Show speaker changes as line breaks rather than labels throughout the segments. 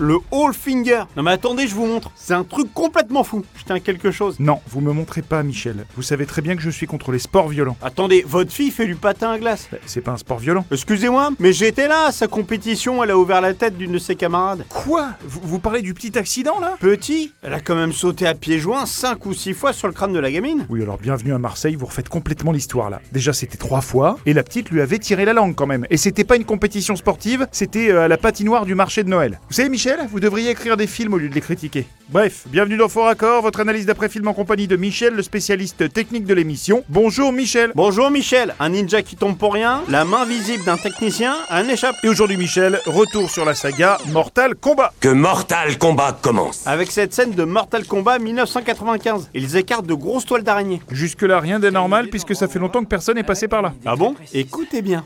Le All Finger Non mais attendez, je vous montre. C'est un truc complètement fou. Putain, quelque chose.
Non, vous me montrez pas, Michel. Vous savez très bien que je suis contre les sports violents.
Attendez, votre fille fait du patin à glace.
Bah, C'est pas un sport violent.
Excusez-moi, mais j'étais là à sa compétition, elle a ouvert la tête d'une de ses camarades.
Quoi vous, vous parlez du petit accident, là
Petit, elle a quand même sauté à pieds joints 5 ou 6 fois sur le crâne de la gamine.
Oui, alors bienvenue à Marseille, vous refaites complètement l'histoire, là. Déjà, c'était trois fois, et la petite lui avait tiré la langue, quand même. Et c'était pas une compétition sportive, c'était euh, à la patinoire du marché de Noël. Vous savez, Michel, vous devriez écrire des films au lieu de les critiquer. Bref, bienvenue dans Fort Accord, votre analyse d'après-film en compagnie de Michel, le spécialiste technique de l'émission. Bonjour, Michel
Bonjour Michel, un ninja qui tombe pour rien, la main visible d'un technicien, un échappe.
Et aujourd'hui, Michel, retour sur la saga Mortal Kombat.
Que Mortal Kombat commence
Avec cette scène de Mortal Kombat 1995, ils écartent de grosses toiles d'araignée.
Jusque-là, rien d'anormal, puisque ça fait longtemps que personne n'est passé par là.
Ah bon Écoutez bien.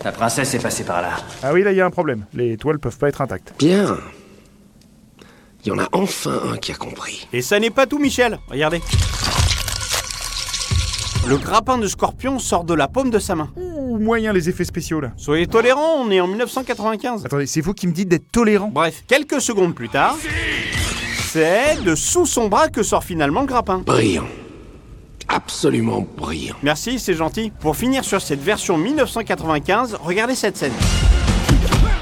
Ta princesse est passée par là.
Ah oui, là, il y a un problème. Les toiles peuvent pas être intactes.
Bien. Il y en a enfin un qui a compris.
Et ça n'est pas tout Michel, regardez. Le grappin de scorpion sort de la paume de sa main.
Ouh, moyen les effets spéciaux, là.
Soyez tolérants, on est en 1995.
Attendez, c'est vous qui me dites d'être tolérant.
Bref, quelques secondes plus tard, c'est de sous son bras que sort finalement le grappin.
Brillant. Absolument brillant.
Merci, c'est gentil. Pour finir sur cette version 1995, regardez cette scène.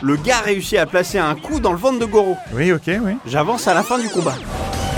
Le gars réussit à placer un coup dans le ventre de Goro.
Oui, ok, oui.
J'avance à la fin du combat.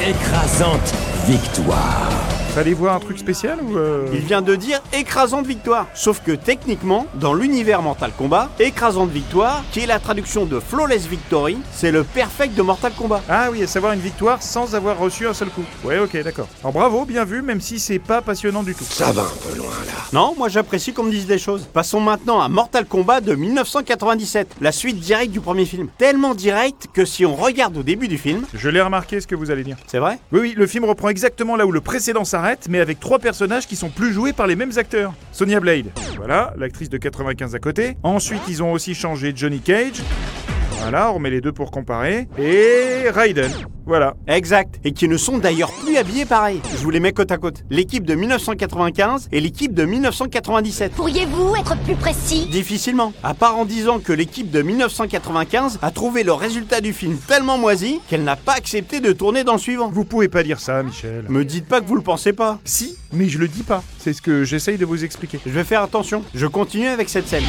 Écrasante victoire.
Fallait voir un truc spécial ou... euh,
Il vient de dire écrasante victoire. Sauf que techniquement, dans l'univers Mortal Kombat, écrasante victoire, qui est la traduction de flawless victory, c'est le perfect de Mortal Kombat.
Ah oui, à savoir une victoire sans avoir reçu un seul coup. Ouais, ok, d'accord. Alors bravo, bien vu, même si c'est pas passionnant du tout.
Ça va un peu loin là.
Non, moi j'apprécie qu'on me dise des choses. Passons maintenant à Mortal Kombat de 1997, la suite directe du premier film. Tellement directe que si on regarde au début du film,
Je l'ai remarqué ce que vous allez dire.
c'est vrai
Oui, oui, le film reprend exactement là où le précédent s'arrête, mais avec trois personnages qui sont plus joués par les mêmes acteurs. Sonia Blade, voilà, l'actrice de 95 à côté. Ensuite, ils ont aussi changé Johnny Cage. Voilà, on remet les deux pour comparer. Et Raiden, voilà.
Exact, et qui ne sont d'ailleurs plus habillés pareil. Je vous les mets côte à côte. L'équipe de 1995 et l'équipe de 1997.
Pourriez-vous être plus précis
Difficilement. À part en disant que l'équipe de 1995 a trouvé le résultat du film tellement moisi qu'elle n'a pas accepté de tourner dans le suivant.
Vous pouvez pas dire ça, Michel.
Me dites pas que vous le pensez pas.
Si, mais je le dis pas. C'est ce que j'essaye de vous expliquer.
Je vais faire attention. Je continue avec cette scène.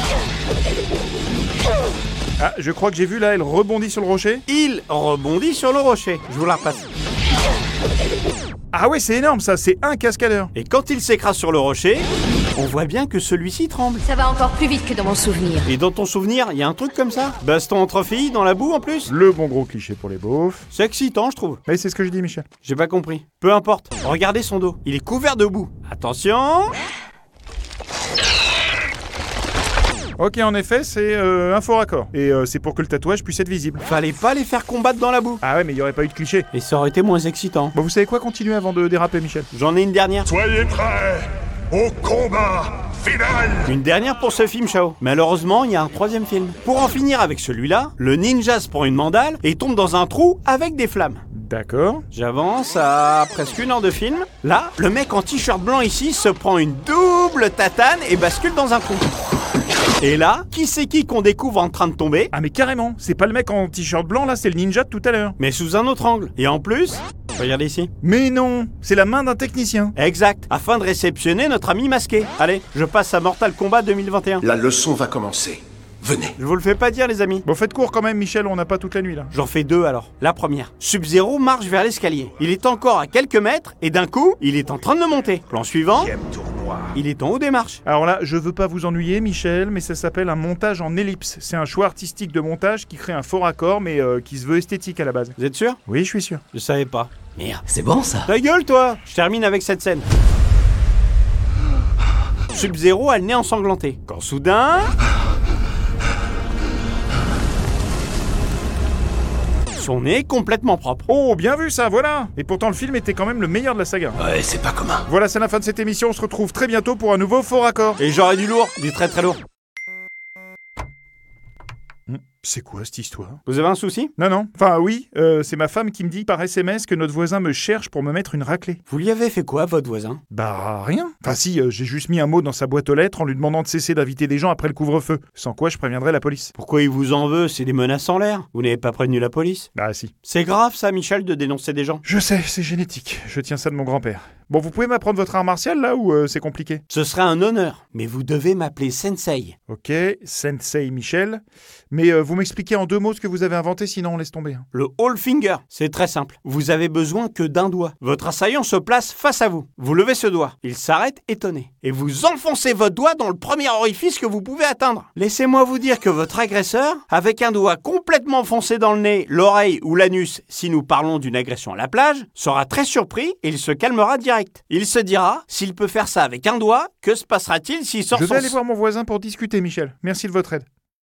Ah, je crois que j'ai vu là, elle rebondit sur le rocher.
Il rebondit sur le rocher. Je vous la repasse.
Ah ouais, c'est énorme ça, c'est un cascadeur.
Et quand il s'écrase sur le rocher, on voit bien que celui-ci tremble.
Ça va encore plus vite que dans mon souvenir.
Et dans ton souvenir, il y a un truc comme ça Baston entre filles dans la boue en plus
Le bon gros cliché pour les beaufs.
C'est excitant, je trouve.
Mais c'est ce que je dis, Michel.
J'ai pas compris. Peu importe. Regardez son dos. Il est couvert de boue. Attention
Ok, en effet, c'est euh, un faux raccord. Et euh, c'est pour que le tatouage puisse être visible.
Fallait pas les faire combattre dans la boue.
Ah ouais, mais il y aurait pas eu de cliché.
Et ça aurait été moins excitant.
Bon, vous savez quoi Continuez avant de déraper, Michel.
J'en ai une dernière.
Soyez prêts au combat final
Une dernière pour ce film, Chao. Malheureusement, il y a un troisième film. Pour en finir avec celui-là, le ninja se prend une mandale et tombe dans un trou avec des flammes.
D'accord.
J'avance à presque une heure de film. Là, le mec en t-shirt blanc ici se prend une double tatane et bascule dans un trou. Et là, qui c'est qui qu'on découvre en train de tomber
Ah mais carrément, c'est pas le mec en t-shirt blanc là, c'est le ninja de tout à l'heure.
Mais sous un autre angle. Et en plus, regardez ici.
Mais non, c'est la main d'un technicien.
Exact, afin de réceptionner notre ami masqué. Allez, je passe à Mortal Kombat 2021.
La leçon va commencer. Venez.
Je vous le fais pas dire, les amis.
Bon, faites court quand même, Michel, on n'a pas toute la nuit là.
J'en fais deux alors. La première. Sub-Zero marche vers l'escalier. Il est encore à quelques mètres et d'un coup, il est en train de le monter. Plan suivant,
tournoi.
il est en haut des marches.
Alors là, je veux pas vous ennuyer, Michel, mais ça s'appelle un montage en ellipse. C'est un choix artistique de montage qui crée un faux raccord, mais euh, qui se veut esthétique à la base.
Vous êtes sûr
Oui, je suis sûr.
Je savais pas.
Merde, c'est bon ça
Ta gueule, toi Je termine avec cette scène. Sub-Zero a le nez ensanglanté. Quand soudain. Son nez est complètement propre.
Oh, bien vu ça, voilà Et pourtant, le film était quand même le meilleur de la saga.
Ouais, c'est pas commun.
Voilà, c'est la fin de cette émission. On se retrouve très bientôt pour un nouveau faux raccord.
Et j'aurais du lourd, du très très lourd.
C'est quoi cette histoire
Vous avez un souci
Non, non. Enfin, oui, euh, c'est ma femme qui me dit par SMS que notre voisin me cherche pour me mettre une raclée.
Vous lui avez fait quoi, votre voisin
Bah, rien. Enfin, si, euh, j'ai juste mis un mot dans sa boîte aux lettres en lui demandant de cesser d'inviter des gens après le couvre-feu. Sans quoi, je préviendrai la police.
Pourquoi il vous en veut C'est des menaces en l'air. Vous n'avez pas prévenu la police
Bah, si.
C'est grave, ça, Michel, de dénoncer des gens.
Je sais, c'est génétique. Je tiens ça de mon grand-père. Bon, vous pouvez m'apprendre votre art martial, là, ou euh, c'est compliqué
Ce serait un honneur. Mais vous devez m'appeler Sensei.
Ok, Sensei Michel. Mais euh, vous m'expliquez en deux mots ce que vous avez inventé, sinon on laisse tomber. hein.
Le All Finger. C'est très simple. Vous avez besoin que d'un doigt. Votre assaillant se place face à vous. Vous levez ce doigt. Il s'arrête étonné. Et vous enfoncez votre doigt dans le premier orifice que vous pouvez atteindre. Laissez-moi vous dire que votre agresseur, avec un doigt complètement enfoncé dans le nez, l'oreille ou l'anus, si nous parlons d'une agression à la plage, sera très surpris et il se calmera direct. Il se dira, s'il peut faire ça avec un doigt, que se passera-t-il s'il sort
Je vais
son...
aller voir mon voisin pour discuter, Michel. Merci de votre aide.